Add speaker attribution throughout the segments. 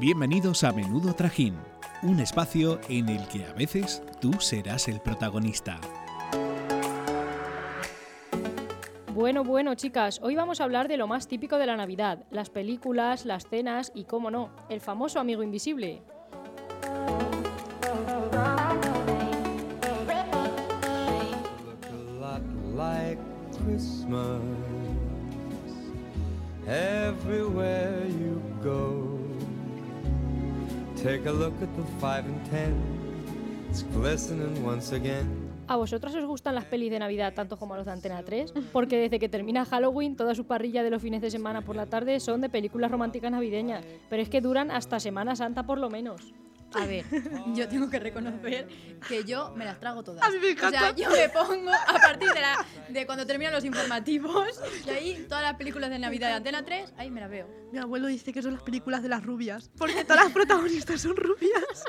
Speaker 1: Bienvenidos a Menudo Trajín, un espacio en el que a veces tú serás el protagonista.
Speaker 2: Bueno, bueno, chicas, hoy vamos a hablar de lo más típico de la Navidad, las películas, las cenas y, cómo no, el famoso amigo invisible.
Speaker 3: look a lot like Christmas everywhere you go. Take a look at the five and ten, it's glistening once again.
Speaker 2: ¿A vosotras os gustan las pelis de Navidad tanto como a los de Antena 3? Porque desde que termina Halloween, toda su parrilla de los fines de semana por la tarde son de películas románticas navideñas, pero es que duran hasta Semana Santa por lo menos.
Speaker 4: A ver, yo tengo que reconocer que yo me las trago todas. O sea, yo me pongo a partir de, la- de cuando terminan los informativos y ahí todas las películas de Navidad de Antena 3, ahí me las veo.
Speaker 5: Mi abuelo dice que son las películas de las rubias, porque todas las protagonistas son rubias.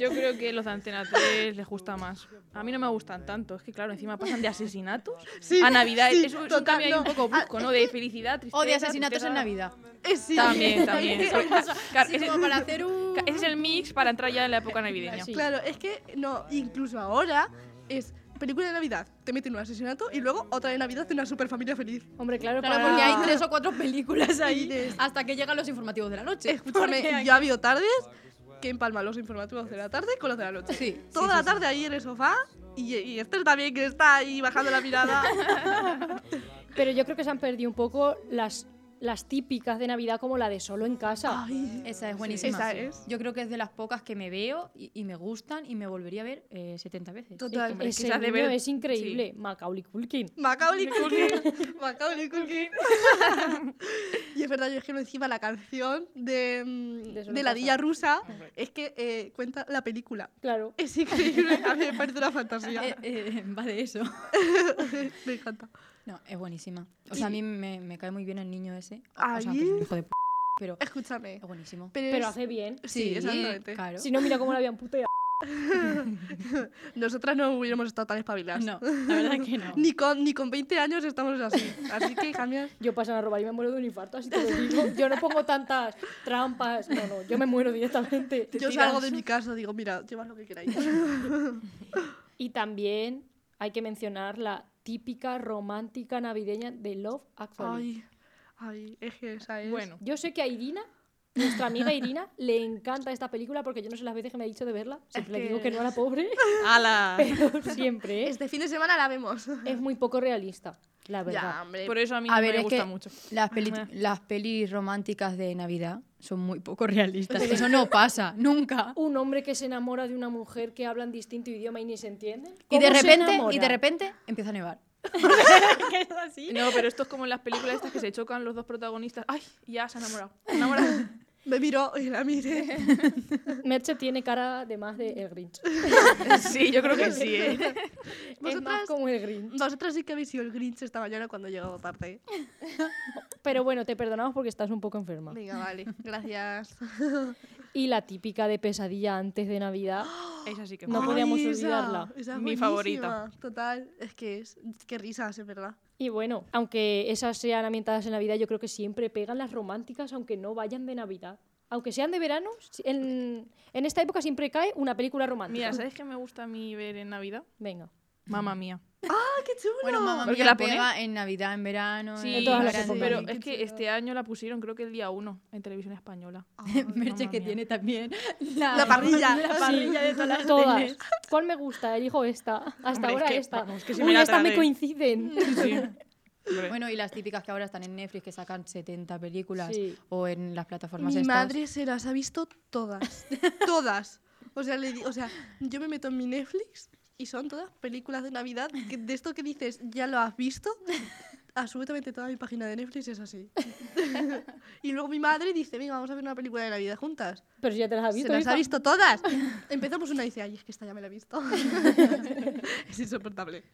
Speaker 6: Yo creo que los de Antena 3 les gusta más. A mí no me gustan tanto. Es que, claro, encima pasan de asesinatos
Speaker 5: Sí,
Speaker 6: a Navidad.
Speaker 5: sí,
Speaker 6: es un, es un
Speaker 5: total,
Speaker 6: cambio ahí
Speaker 5: no.
Speaker 6: un poco brusco, ¿no? De felicidad, tristeza.
Speaker 4: O de asesinatos
Speaker 6: tristeza.
Speaker 4: en Navidad.
Speaker 5: Eh, sí.
Speaker 6: También, también.
Speaker 4: Son cosas
Speaker 6: Claro,
Speaker 4: así
Speaker 6: ese-
Speaker 4: como para hacer un...
Speaker 6: Ese es el mix para entrar ya en la época navideña.
Speaker 2: Sí.
Speaker 5: Claro, es que no, incluso ahora es película de Navidad, te meten un asesinato y luego otra de Navidad de una super familia feliz.
Speaker 2: Hombre, claro,
Speaker 4: Claro,
Speaker 2: para-
Speaker 4: porque hay tres o cuatro películas
Speaker 5: Y
Speaker 4: ahí
Speaker 5: de-
Speaker 4: hasta que llegan los informativos de la noche. Porque
Speaker 5: Escúchame,
Speaker 4: hay-
Speaker 5: yo ha habido tardes que empalman los informativos de la tarde con los de la noche.
Speaker 4: Sí, sí,
Speaker 5: Toda
Speaker 4: sí,
Speaker 5: la
Speaker 4: sí.
Speaker 5: tarde ahí en el sofá y, y Esther también que está ahí bajando la mirada.
Speaker 2: Pero yo creo que se han perdido un poco las, las típicas de Navidad como la de solo en casa.
Speaker 5: Ay,
Speaker 4: Esa es buenísima.
Speaker 5: esa es.
Speaker 4: Yo creo que es de las pocas que me veo y, y me gustan y me volvería a ver eh, 70 veces.
Speaker 5: total.
Speaker 6: hombre, es que
Speaker 2: Ese
Speaker 6: se hace
Speaker 2: niño
Speaker 6: ver-
Speaker 2: es increíble, Macaulay Culkin.
Speaker 5: Macaulay Culkin. Macaulay Culkin. y es verdad, yo es que encima la canción de, mm,
Speaker 2: De
Speaker 5: de,
Speaker 2: Solo
Speaker 5: la
Speaker 2: pasa.
Speaker 5: Dilla Rusa es que eh, cuenta la película.
Speaker 2: Claro.
Speaker 5: Es increíble, a mí me parece una
Speaker 4: Eh,
Speaker 5: fantasía.
Speaker 4: eh, va de eso.
Speaker 5: me encanta.
Speaker 4: No, es buenísima. O sea, a mí me, me cae muy bien el niño ese.
Speaker 5: ¿Ah,
Speaker 4: O sea, que es
Speaker 5: bien?
Speaker 4: un hijo de p... Pero es
Speaker 5: Escúchame.
Speaker 4: buenísimo.
Speaker 5: Pero,
Speaker 2: Pero
Speaker 5: es-
Speaker 2: hace bien.
Speaker 5: Sí, exactamente.
Speaker 4: Claro.
Speaker 2: Si no, mira cómo la habían puteado.
Speaker 5: Nosotras no hubiéramos estado tan espabiladas.
Speaker 4: No, la verdad que no.
Speaker 5: Ni con, ni con 20 años estamos así. Así que cambias.
Speaker 2: Yo paso a robar y me muero de un infarto, así te lo digo. Yo no pongo tantas trampas. No, no, yo me muero directamente.
Speaker 5: Yo salgo de mi casa, digo, mira, llevas lo que queráis.
Speaker 2: Y también hay que mencionar la típica romántica navideña de Love Actually.
Speaker 5: Ay, ay, es que esa es.
Speaker 6: Bueno,
Speaker 2: Yo sé que a Irina, nuestra amiga Irina, le encanta esta película porque yo no sé las veces que me ha dicho de verla. Siempre
Speaker 5: Es
Speaker 2: le digo
Speaker 5: que-
Speaker 2: que no a la pobre,
Speaker 6: ala.
Speaker 2: pero siempre ¿eh?
Speaker 5: este fin de semana la vemos.
Speaker 2: es muy poco realista, la
Speaker 5: Ya,
Speaker 2: verdad.
Speaker 5: hombre.
Speaker 6: Por eso a mí no
Speaker 4: A ver,
Speaker 6: me
Speaker 4: es
Speaker 6: gusta
Speaker 4: que
Speaker 6: mucho.
Speaker 4: Las, peli- las pelis románticas de Navidad son muy poco realistas. Eso no pasa, nunca.
Speaker 2: Un hombre que se enamora de una mujer que hablan distinto idioma y ni se entienden.
Speaker 4: Y de
Speaker 2: ¿Cómo se
Speaker 4: repente, y de
Speaker 2: enamora?
Speaker 4: repente empieza a nevar.
Speaker 6: No, pero esto es como en las películas estas que se chocan los dos protagonistas. ¡Ay! Ya se han enamorado. Se han enamorado.
Speaker 5: Me miró y la miré.
Speaker 2: Merche tiene cara de más de el Grinch.
Speaker 6: Sí, yo creo que sí, ¿eh?
Speaker 2: Es más
Speaker 5: Vosotras-
Speaker 2: como el Grinch.
Speaker 5: Vosotras sí que habéis sido el Grinch esta mañana cuando he llegado tarde.
Speaker 2: Pero bueno, te perdonamos porque estás un poco enferma.
Speaker 5: Venga, vale. Gracias.
Speaker 2: Y la típica de pesadilla antes de Navidad.
Speaker 6: Esa sí que
Speaker 2: No
Speaker 6: mola.
Speaker 2: podíamos
Speaker 5: Ay, esa,
Speaker 2: olvidarla.
Speaker 5: esa es
Speaker 6: Mi
Speaker 5: buenísima.
Speaker 6: favorita.
Speaker 5: Total. Es que es. Qué risas, es verdad.
Speaker 2: Y bueno, aunque esas sean ambientadas en Navidad, yo creo que siempre pegan las románticas, aunque no vayan de Navidad. Aunque sean de verano, si- en, en esta época siempre cae una película romántica.
Speaker 6: Mira, ¿sabes qué me gusta a mí ver en Navidad?
Speaker 2: Venga.
Speaker 6: Mamma mía.
Speaker 5: ¡Ah, qué chulo!
Speaker 4: Bueno, mamá
Speaker 6: Porque
Speaker 4: mía
Speaker 6: la
Speaker 4: la
Speaker 6: pone-
Speaker 4: pega en Navidad, en verano,
Speaker 6: Sí,
Speaker 4: en
Speaker 2: todas las
Speaker 4: verano.
Speaker 2: épocas.
Speaker 6: pero
Speaker 5: Qué
Speaker 6: es que
Speaker 5: chulo.
Speaker 6: este año la pusieron creo que el día 1 en televisión española.
Speaker 4: Merche
Speaker 6: Mamma
Speaker 4: que
Speaker 6: mía.
Speaker 4: tiene también la,
Speaker 5: La parrilla.
Speaker 4: la parrilla de todas las
Speaker 2: Todas.
Speaker 4: teles.
Speaker 2: ¿Cuál me gusta? Elijo esta. Hasta
Speaker 6: Hombre, es
Speaker 2: ahora
Speaker 6: que,
Speaker 2: esta.
Speaker 6: vamos, que si
Speaker 2: Uy,
Speaker 6: me la
Speaker 2: estas me
Speaker 6: tragué.
Speaker 2: coinciden.
Speaker 6: Sí, sí. Hombre.
Speaker 4: Bueno, y las típicas que ahora están en Netflix, que sacan 70
Speaker 6: Mm.
Speaker 4: películas
Speaker 2: Sí.
Speaker 4: o en las plataformas
Speaker 5: Mi
Speaker 4: estas.
Speaker 5: madre se las ha visto todas. todas. O sea, le di- o sea, yo me meto en mi Netflix y son todas películas de Navidad. que de esto que dices, ¿ya lo has visto? Absolutamente toda mi página de Netflix es así. y luego mi madre dice, venga, vamos a ver una película de Navidad juntas.
Speaker 2: Pero si ya te las has visto.
Speaker 5: Se las
Speaker 2: hija.
Speaker 5: ha visto todas. Empezamos una y dice, ay, es que esta ya me la he visto. es insoportable.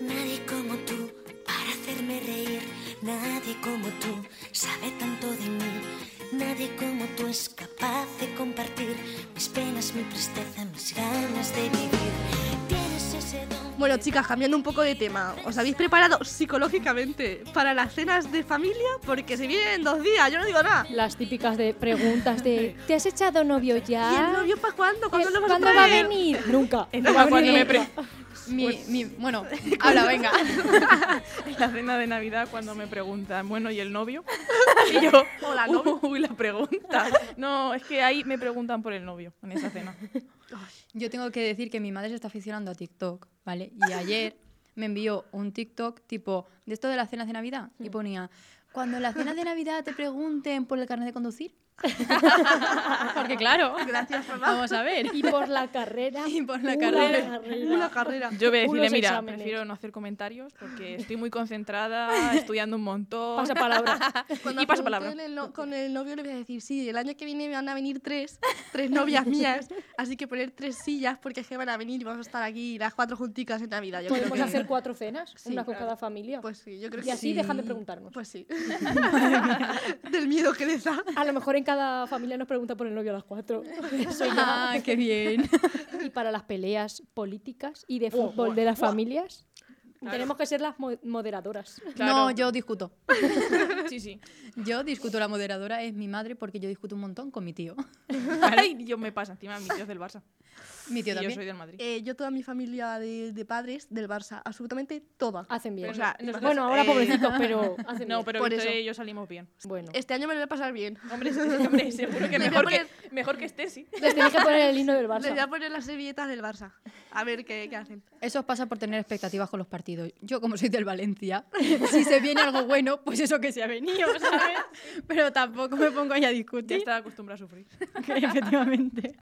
Speaker 7: Nadie como tú para hacerme reír, nadie como tú sabe tanto de mí Nadie como tú es capaz de compartir mis penas, mi tristeza, mis ganas de vivir. Tienes ese don.
Speaker 5: Bueno, chicas, cambiando un poco de tema, ¿os habéis preparado psicológicamente para las cenas de familia? Porque se vienen en dos días, yo no digo nada.
Speaker 2: Las típicas de preguntas de ¿te has echado novio
Speaker 5: ¿Y el
Speaker 2: ya?
Speaker 5: novio para cuándo? ¿Cuándo
Speaker 2: Eh,
Speaker 5: lo vas a
Speaker 2: va a
Speaker 5: traer?
Speaker 2: venir? Nunca.
Speaker 6: Encima cuando me pre-
Speaker 4: Mi, mi, bueno, habla, venga.
Speaker 6: en la cena de Navidad cuando me preguntan, bueno, ¿y el novio? Y yo,
Speaker 5: Hola, novio.
Speaker 6: uy, la pregunta. No, es que ahí me preguntan por el novio en esa cena.
Speaker 4: Yo tengo que decir que mi madre se está aficionando a TikTok, ¿vale? Y ayer me envió un TikTok tipo de esto de las cenas de Navidad y ponía, cuando en las cenas de Navidad te pregunten por el carnet de conducir. Porque claro,
Speaker 5: Gracias, mamá.
Speaker 4: vamos a ver.
Speaker 2: Y por la carrera.
Speaker 4: Y por la
Speaker 2: una
Speaker 4: carrera.
Speaker 5: Una carrera.
Speaker 6: Yo voy a decirle,
Speaker 2: Unos
Speaker 6: mira,
Speaker 2: exámenes.
Speaker 6: prefiero no hacer comentarios porque estoy muy concentrada, estudiando un montón.
Speaker 2: Pasa palabra.
Speaker 5: Cuando
Speaker 6: y pasa
Speaker 5: pregunten
Speaker 6: palabra.
Speaker 5: el no- con el novio le voy a decir, sí, el año que viene van a venir tres, tres novias mías, así que poner tres sillas porque es que van a venir y vamos a estar aquí las cuatro junticas en Navidad. Yo creo
Speaker 2: Podemos
Speaker 5: que...
Speaker 2: hacer cuatro cenas,
Speaker 5: Sí,
Speaker 2: una con
Speaker 5: claro.
Speaker 2: cada familia.
Speaker 5: Pues sí, yo creo
Speaker 2: y
Speaker 5: que
Speaker 2: así
Speaker 5: sí.
Speaker 2: dejan de preguntarnos.
Speaker 5: Pues sí. Del miedo que les da.
Speaker 2: A lo mejor en cada familia nos pregunta por el novio a las cuatro. Eso ya.
Speaker 4: Ah, qué bien.
Speaker 2: Y para las peleas políticas y de fútbol de las familias, tenemos que ser las mo- moderadoras.
Speaker 6: Claro.
Speaker 4: No, yo discuto.
Speaker 6: Sí, sí.
Speaker 4: Yo discuto, la moderadora es mi madre porque yo discuto un montón con mi tío.
Speaker 6: Ay, yo me pasa, encima mi tío es del Barça.
Speaker 4: Mi
Speaker 6: Y
Speaker 4: tío
Speaker 6: yo
Speaker 4: también.
Speaker 6: soy del Madrid.
Speaker 5: Eh, yo toda mi familia de, de padres del Barça, absolutamente toda.
Speaker 4: Ah.
Speaker 2: Hacen bien.
Speaker 6: Pero no-
Speaker 5: o sea,
Speaker 6: nosotros-
Speaker 2: bueno, ahora
Speaker 5: eh,
Speaker 2: pobrecitos, pero hacen
Speaker 6: No,
Speaker 2: bien.
Speaker 6: pero
Speaker 5: por
Speaker 6: Victoria
Speaker 5: eso.
Speaker 6: y yo salimos bien.
Speaker 2: Bueno,
Speaker 5: Este año me lo voy a pasar bien.
Speaker 6: Hombre, se- hombre, seguro
Speaker 5: Me
Speaker 6: que
Speaker 5: voy a
Speaker 6: mejor, que
Speaker 5: poner-
Speaker 6: mejor que esté, sí.
Speaker 2: les tenéis que poner el himno del
Speaker 5: Les voy a
Speaker 2: Barça.
Speaker 5: poner las servilletas del Barça. A ver qué, qué hacen.
Speaker 4: Eso os pasa por tener expectativas con los partidos. Yo, como soy del Valencia, si se viene algo bueno, pues eso que se ha venido, ¿sabes? Pero tampoco me pongo ahí a
Speaker 6: Ya
Speaker 4: discutir.
Speaker 6: está acostumbrada a sufrir.
Speaker 4: Efectivamente.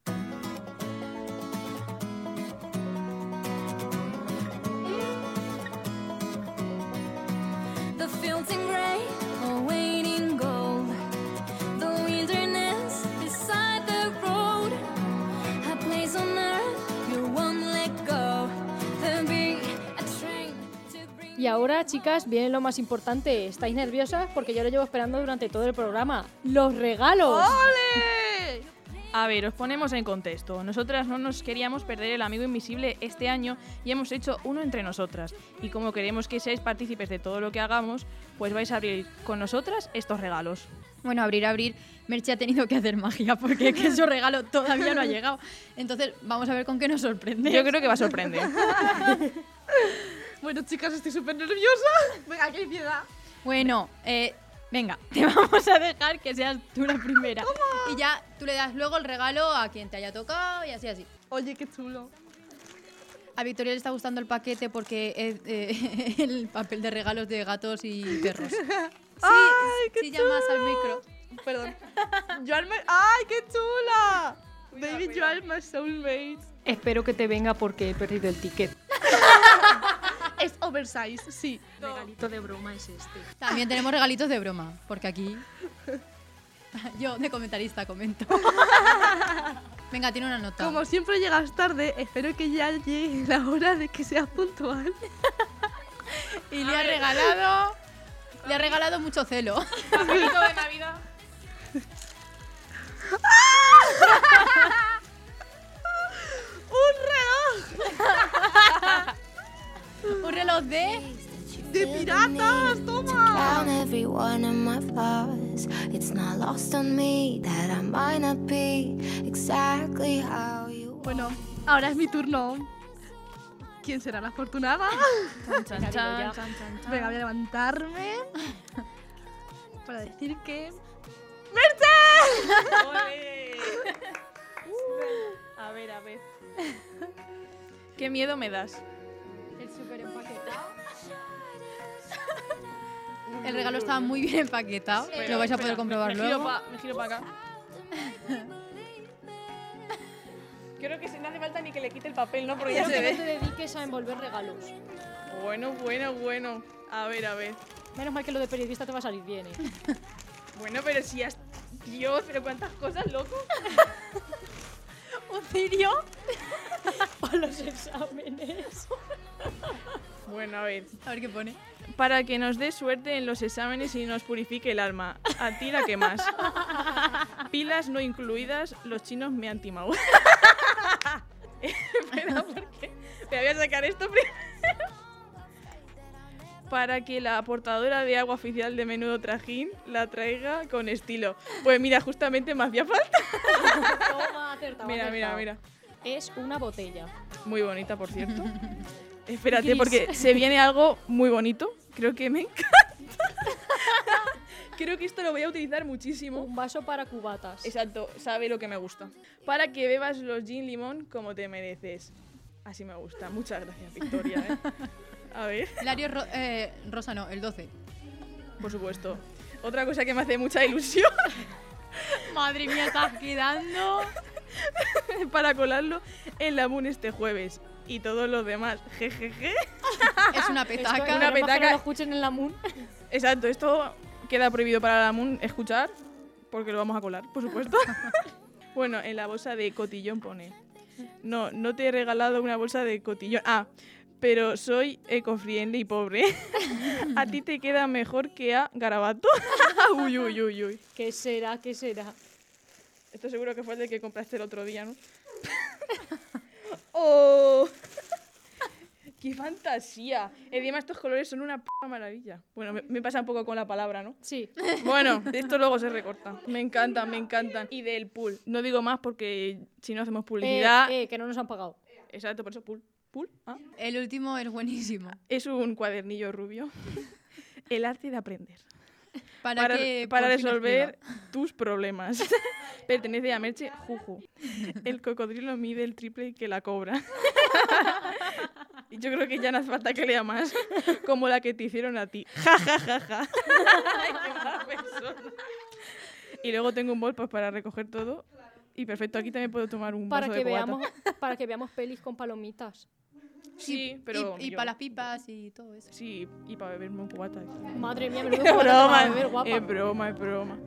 Speaker 7: The fields in gray are weighed in gold. The wilderness beside the road. A place on earth you won't let go. There'll be a train to bring
Speaker 2: Y ahora, chicas, viene lo más importante. ¿Estáis nerviosas? Porque yo lo llevo esperando durante todo el programa. ¡Los regalos!
Speaker 6: A ver, os ponemos en contexto. Nosotras no nos queríamos perder el amigo invisible este año y hemos hecho uno entre nosotras. Y como queremos que seáis partícipes de todo lo que hagamos, pues vais a abrir con nosotras estos regalos.
Speaker 4: Bueno, abrir, abrir. Merche ha tenido que hacer magia porque es que su regalo todavía no ha llegado. Entonces, vamos a ver con qué nos sorprende.
Speaker 6: Yo creo que va a sorprender.
Speaker 5: Bueno, chicas, estoy súper nerviosa. Venga, qué piedad.
Speaker 4: Bueno, eh, venga, te vamos a dejar que seas tú la primera. Y ya tú le das luego el regalo a quien te haya tocado y así, así.
Speaker 5: Oye, qué chulo.
Speaker 4: A Victoria le está gustando el paquete porque es eh, el papel de regalos de gatos y perros. Sí,
Speaker 5: Ay, qué
Speaker 4: sí llamas al micro.
Speaker 5: Perdón. Yo alma... ¡Ay, qué chula! Baby, yo alma soulmate.
Speaker 2: Espero que te venga porque he perdido el ticket.
Speaker 5: Es oversize, sí.
Speaker 2: Regalito de broma es este.
Speaker 4: También tenemos regalitos de broma, porque aquí yo de comentarista comento. Venga, tiene una nota.
Speaker 5: Como siempre llegas tarde, espero que ya llegue la hora de que seas puntual.
Speaker 4: Y le ha regalado le ha regalado mucho celo.
Speaker 6: Papelito de Navidad.
Speaker 4: Un reloj de
Speaker 5: ¡De piratas! ¡Toma!
Speaker 7: Count every one of my flowers. It's not lost on me that I might not be exactly how you want.
Speaker 5: Bueno, ahora es mi turno. ¿Quién será la afortunada?
Speaker 6: Chan, chan, chan.
Speaker 5: Venga, voy a levantarme para decir que...
Speaker 6: Ole. A ver, a ver. Qué miedo me das.
Speaker 4: El regalo estaba muy bien empaquetado. Lo vais a poder
Speaker 6: Espera,
Speaker 4: comprobar
Speaker 6: me, me Giro
Speaker 4: luego.
Speaker 6: pa- me giro para acá. Creo que si no hace falta ni que le quite el papel, ¿no? Porque ya
Speaker 2: Espero
Speaker 6: se
Speaker 2: que no
Speaker 6: ve.
Speaker 2: te dediques a envolver regalos.
Speaker 6: Bueno, bueno, bueno. A ver, a ver.
Speaker 2: Menos mal que lo de periodista te va a salir bien, ¿eh?
Speaker 6: Bueno, pero si has... Dios, pero cuántas cosas, loco.
Speaker 4: ¿Un cirio?
Speaker 2: Para los exámenes.
Speaker 6: Bueno, a ver.
Speaker 4: A ver qué pone.
Speaker 6: para que nos dé suerte en los exámenes y nos purifique el alma. A ti la que más. Pilas no incluidas, los chinos me han timado. Espera, porque me voy a sacar esto primero. Para que la portadora de agua oficial de menudo trajín la traiga con estilo. Pues mira, justamente me hacía falta.
Speaker 2: Toma, acertado,
Speaker 6: Mira, mira,
Speaker 2: acertado.
Speaker 6: mira.
Speaker 2: Es una botella.
Speaker 6: Muy bonita, por cierto. Espérate,
Speaker 2: Gris.
Speaker 6: porque se viene algo muy bonito. Creo que me encanta. Creo que esto lo voy a utilizar muchísimo.
Speaker 2: Un vaso para cubatas.
Speaker 6: Exacto, sabe lo que me gusta. Para que bebas los gin limón como te mereces. Así me gusta. Muchas gracias, Victoria. ¿eh? A ver,
Speaker 4: Lario Ro- eh, Rosa no, el 12.
Speaker 6: por supuesto. Otra cosa que me hace mucha ilusión
Speaker 4: Madre mía, estás quedando.
Speaker 6: para colarlo en la MUN este jueves. Y todos los demás. Jejeje.
Speaker 4: Es una
Speaker 2: Esto,
Speaker 4: petaca.
Speaker 6: una
Speaker 2: esperemos que no
Speaker 6: petaca.
Speaker 2: lo escuchen en la MUN.
Speaker 6: Exacto, esto queda prohibido para la Moon escuchar, porque lo vamos a colar, por supuesto. bueno, en la bolsa de cotillón pone. No, no te he regalado una bolsa de cotillón. Ah, pero soy ecofriendly y pobre. a ti te queda mejor que a garabato. uy, uy, uy, uy.
Speaker 2: ¿Qué será? ¿Qué será?
Speaker 6: Esto seguro que fue el de que compraste el otro día, ¿no? ¡Oh! ¡Qué fantasía! Encima estos colores son una p maravilla. Bueno, me- me pasa un poco con la palabra, ¿no?
Speaker 2: Sí.
Speaker 6: Bueno, de esto luego se recorta. Me encantan, me encantan. Y del pool. No digo más porque si no hacemos publicidad.
Speaker 2: Eh, eh, que no nos han pagado.
Speaker 6: Exacto, por eso pool. Pool. ah.
Speaker 4: El último es buenísimo.
Speaker 6: Es un cuadernillo rubio. El arte de aprender.
Speaker 4: Para,
Speaker 6: Para,
Speaker 4: que
Speaker 6: para
Speaker 4: por fin
Speaker 6: resolver tus problemas. Pertenece a Merche Juju. El cocodrilo mide el triple que la cobra. Y yo creo que ya no hace falta que lea más. Como la que te hicieron a ti. Ja, ja, ja, ja. Ay, qué mala persona. Y luego tengo un bol pues, para recoger todo. Y perfecto, aquí también puedo tomar un
Speaker 2: Para
Speaker 6: vaso
Speaker 2: que,
Speaker 6: de cubata.
Speaker 2: veamos, para que veamos pelis con palomitas.
Speaker 4: explica.
Speaker 6: Sí,
Speaker 4: Y-
Speaker 6: pero...
Speaker 4: Y,
Speaker 6: yo-
Speaker 4: para las pipas y todo eso.
Speaker 6: Sí, y para beberme un cubata.
Speaker 2: Madre mía, me lo
Speaker 6: Es broma,
Speaker 2: ver, guapa.
Speaker 6: es broma, es broma.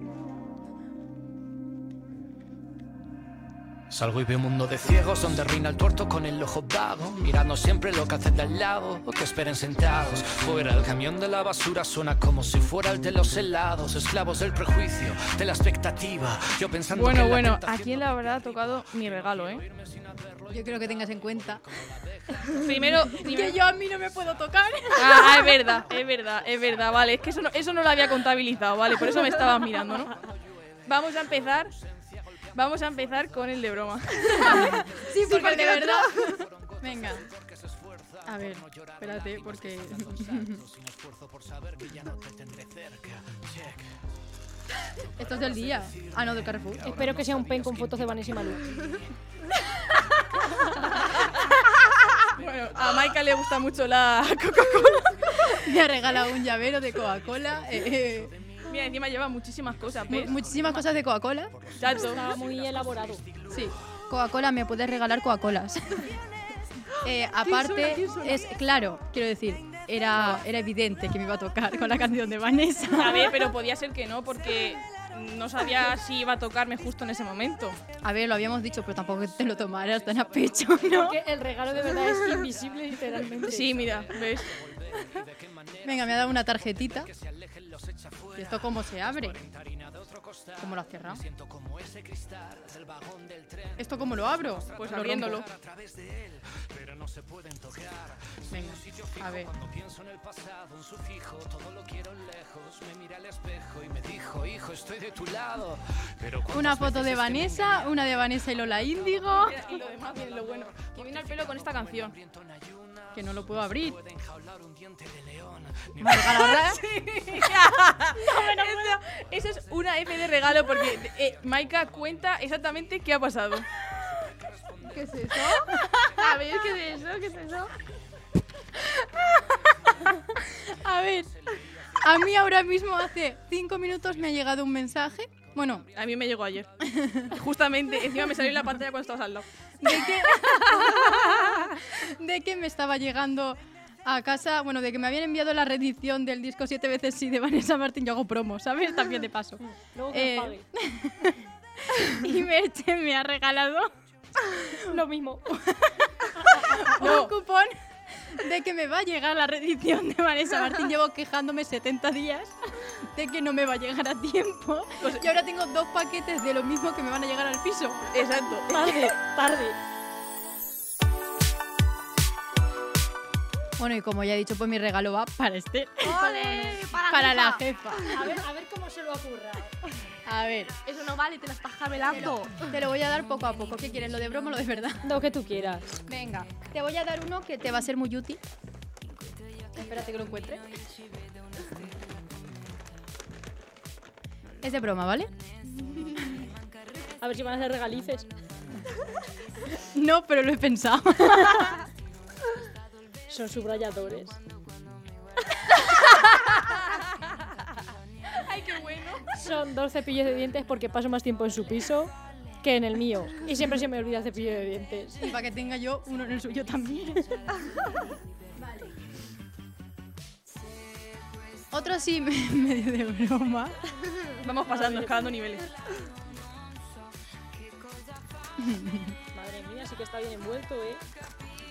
Speaker 8: Salgo y veo un mundo de ciegos donde reina el tuerto con el ojo vago, mirando siempre lo que hacen de al lado o que esperen sentados. Fuera el camión de la basura suena como si fuera el de los helados, esclavos del prejuicio, de la expectativa. Yo pensando
Speaker 6: Bueno,
Speaker 8: que la
Speaker 6: bueno,
Speaker 8: tentación
Speaker 6: aquí quién le habrá tocado mi regalo, ¿eh?
Speaker 4: Yo creo que tengas en cuenta.
Speaker 6: Primero,
Speaker 4: Que yo a mí no me puedo tocar.
Speaker 6: Ah, es verdad, es verdad, es verdad, vale. Es que eso no, eso no lo había contabilizado, vale. Por eso me estabas mirando, ¿no? Vamos a empezar. Vamos a empezar con el de broma.
Speaker 4: Sí, porque de verdad. Venga.
Speaker 6: A ver, espérate, porque.
Speaker 4: Esto es del día. Ah, no, del Carrefour.
Speaker 2: Espero que sea un pen con fotos de Vanessa y Malú.
Speaker 6: Bueno, a Maika le gusta mucho la coca
Speaker 4: Me ha regalado un llavero de Coca-Cola. eh, eh,
Speaker 6: Mira, encima lleva muchísimas cosas,
Speaker 4: mu-
Speaker 6: ¿ves?
Speaker 4: muchísimas cosas de Coca-Cola.
Speaker 6: Chacho.
Speaker 2: Estaba muy elaborado.
Speaker 4: Sí. Coca-Cola, me puedes regalar Coca-Colas. Eh, aparte, es claro, quiero decir, era, era evidente que me iba a tocar con la canción de Vanessa.
Speaker 6: A ver, pero podía ser que no, porque no sabía si iba a tocarme justo en ese momento.
Speaker 4: A ver, lo habíamos dicho, pero tampoco te lo tomaras tan a pecho, ¿no?
Speaker 2: Porque el regalo de verdad es invisible, literalmente.
Speaker 6: Sí, mira, ¿ves?
Speaker 4: Venga, me ha dado una tarjetita. ¿Y esto cómo se abre? ¿Cómo lo has cerrado? ¿Esto cómo lo abro?
Speaker 6: Pues
Speaker 4: Lo
Speaker 6: abriéndolo.
Speaker 4: rompo. Venga, a ver. Una foto de Vanessa, una de Vanessa y Lola Índigo,
Speaker 6: Y lo demás viene lo bueno. Que viene al pelo con esta canción.
Speaker 4: que no lo puedo abrir. Me ha regalado ahora-
Speaker 6: Esa- Esa es una F de regalo porque eh, Maika cuenta exactamente qué ha pasado.
Speaker 5: ¿Qué es eso?
Speaker 6: A ver, ¿qué es eso? ¿Qué es eso?
Speaker 4: A ver, a mí ahora mismo hace cinco minutos me ha llegado un mensaje. Bueno,
Speaker 6: A mí me llegó ayer. Justamente, encima me salió en la pantalla cuando estabas al lado.
Speaker 4: de que, de que me estaba llegando a casa, bueno, de que me habían enviado la reedición del disco Siete veces sí de Vanessa Martín, yo hago promo, ¿sabes? También de paso.
Speaker 2: Luego que
Speaker 4: Eh,
Speaker 2: nos pague.
Speaker 4: Y Merche me ha regalado
Speaker 2: Lo mismo.
Speaker 4: un cupón de que me va a llegar la reedición de Vanessa Martín. Llevo quejándome 70 días de que no me va a llegar a tiempo. y ahora tengo dos paquetes de lo mismo que me van a llegar al piso.
Speaker 6: Exacto.
Speaker 2: Tarde, tarde.
Speaker 4: Bueno, y como ya he dicho, pues mi regalo va para este.
Speaker 9: ¡Ole! Para,
Speaker 4: Para la
Speaker 9: arriba.
Speaker 4: jefa.
Speaker 2: A ver, a ver cómo se lo ocurra.
Speaker 4: A ver,
Speaker 9: Eso no vale, te la estás
Speaker 4: te lo,
Speaker 9: jamelando.
Speaker 4: te lo voy a dar poco a poco. ¿Qué quieres? ¿Lo de broma o lo de verdad?
Speaker 2: Lo que tú quieras.
Speaker 4: Venga, te voy a dar uno que te va a ser muy útil. Espérate que lo encuentre. Es de broma, ¿vale?
Speaker 2: A ver si van a ser regalices.
Speaker 4: No, pero lo he pensado.
Speaker 2: Son subrayadores.
Speaker 6: Ay, qué bueno.
Speaker 2: Son dos cepillos de dientes porque paso más tiempo en su piso que en el mío. Y siempre se me olvida el cepillo de dientes.
Speaker 4: Y para que tenga yo uno en el suyo también. Otro sí, me- medio de broma.
Speaker 6: Vamos pasando, escalando niveles.
Speaker 2: Madre mía, sí que está bien envuelto, ¿eh?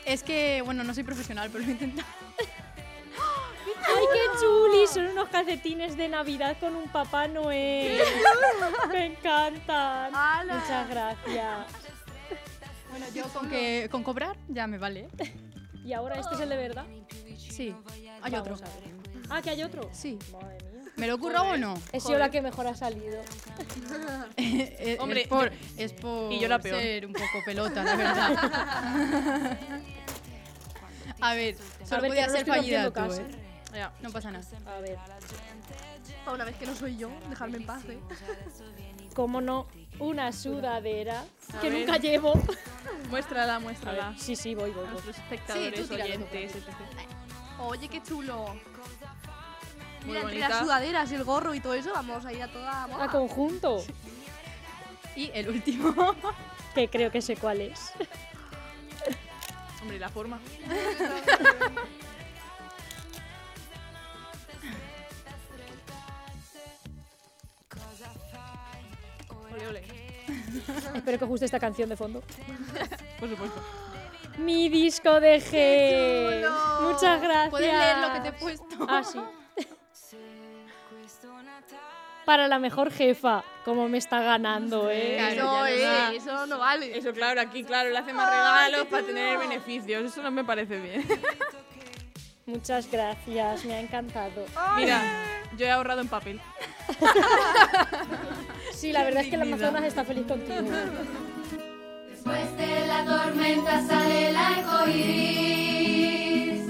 Speaker 4: Es que, bueno, no soy profesional, pero lo he intentado.
Speaker 2: ¡Ay, qué chuli! Son unos calcetines de Navidad con un Papá Noel. ¡Me encantan!
Speaker 9: ¡Hala!
Speaker 2: Muchas gracias.
Speaker 4: Bueno, yo con, que, con cobrar ya me vale.
Speaker 2: Y ahora este es el de verdad.
Speaker 4: Sí, hay otro.
Speaker 2: Vamos a ver. Ah, que hay otro.
Speaker 4: Sí.
Speaker 2: Madre mía.
Speaker 4: ¿Me lo curro o no?
Speaker 2: He sido la que mejor ha salido.
Speaker 4: Eh, eh,
Speaker 6: Hombre,
Speaker 4: es por,
Speaker 6: yo-
Speaker 4: es por
Speaker 6: y yo la peor.
Speaker 4: ser un poco pelota, la verdad. A ver,
Speaker 2: A
Speaker 4: solo
Speaker 2: ver,
Speaker 4: podía
Speaker 2: que no
Speaker 4: ser
Speaker 2: nos
Speaker 4: fallida
Speaker 2: estoy
Speaker 4: tú,
Speaker 2: haciendo
Speaker 4: ¿eh? No pasa nada.
Speaker 2: A ver,
Speaker 5: Para una vez que no soy yo, dejarme en paz, ¿eh?
Speaker 2: ¿cómo no? Una sudadera
Speaker 6: A
Speaker 2: que
Speaker 6: ver.
Speaker 2: nunca llevo.
Speaker 6: Muéstrala,
Speaker 2: A ver,
Speaker 6: muéstrala.
Speaker 2: sí, sí, voy, voy,
Speaker 6: A
Speaker 2: voy.
Speaker 6: nuestros espectadores,
Speaker 5: Sí, tú tíralo,
Speaker 6: oyentes, etc.
Speaker 5: Oye, qué chulo.
Speaker 6: Muy
Speaker 5: Mira, entre
Speaker 6: bonita.
Speaker 5: las sudaderas y el gorro y todo eso, vamos a ir a toda
Speaker 2: A
Speaker 5: moda.
Speaker 2: Ah, conjunto,
Speaker 4: Y el último.
Speaker 2: que creo que sé cuál es.
Speaker 6: Hombre, la forma. Ole, ole.
Speaker 2: Espero que os guste esta canción de fondo.
Speaker 6: Por supuesto.
Speaker 2: Mi disco de G. Muchas gracias.
Speaker 4: ¿Puedes leer lo que te he puesto?
Speaker 2: Ah, sí. Para la mejor jefa, como me está ganando, ¿eh?
Speaker 6: Claro,
Speaker 5: no,
Speaker 6: ya no
Speaker 5: eh,
Speaker 6: da.
Speaker 5: eso no vale.
Speaker 6: Eso, claro, aquí, claro, le hace más regalos para tener beneficios. Eso no me parece bien.
Speaker 2: Muchas gracias, me ha encantado.
Speaker 6: Mira, yo he ahorrado en papel.
Speaker 2: Sí, la verdad es que la Amazonas está feliz contigo.
Speaker 7: Después de la tormenta sale el arco iris.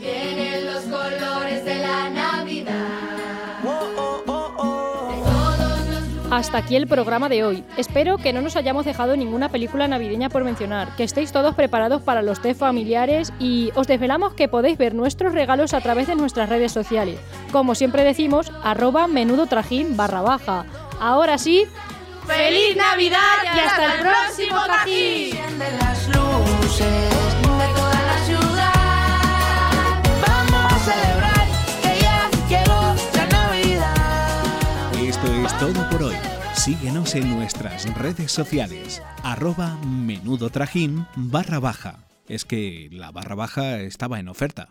Speaker 7: Vienen los colores de la Navidad. De todos los
Speaker 2: Hasta aquí el programa de hoy. Espero que no nos hayamos dejado ninguna película navideña por mencionar, que estéis todos preparados para los test familiares y os desvelamos que podéis ver nuestros regalos a través de nuestras redes sociales. Como siempre decimos, arroba menudo trajín barra baja. Ahora sí,
Speaker 9: ¡Feliz Navidad
Speaker 2: y hasta el próximo trajín.
Speaker 7: de las luces de toda la ciudad. Vamos a celebrar que ya llegó la Navidad.
Speaker 1: Esto es todo por hoy. Síguenos en nuestras redes sociales. Arroba menudo trajín barra baja. Es que la barra baja estaba en oferta.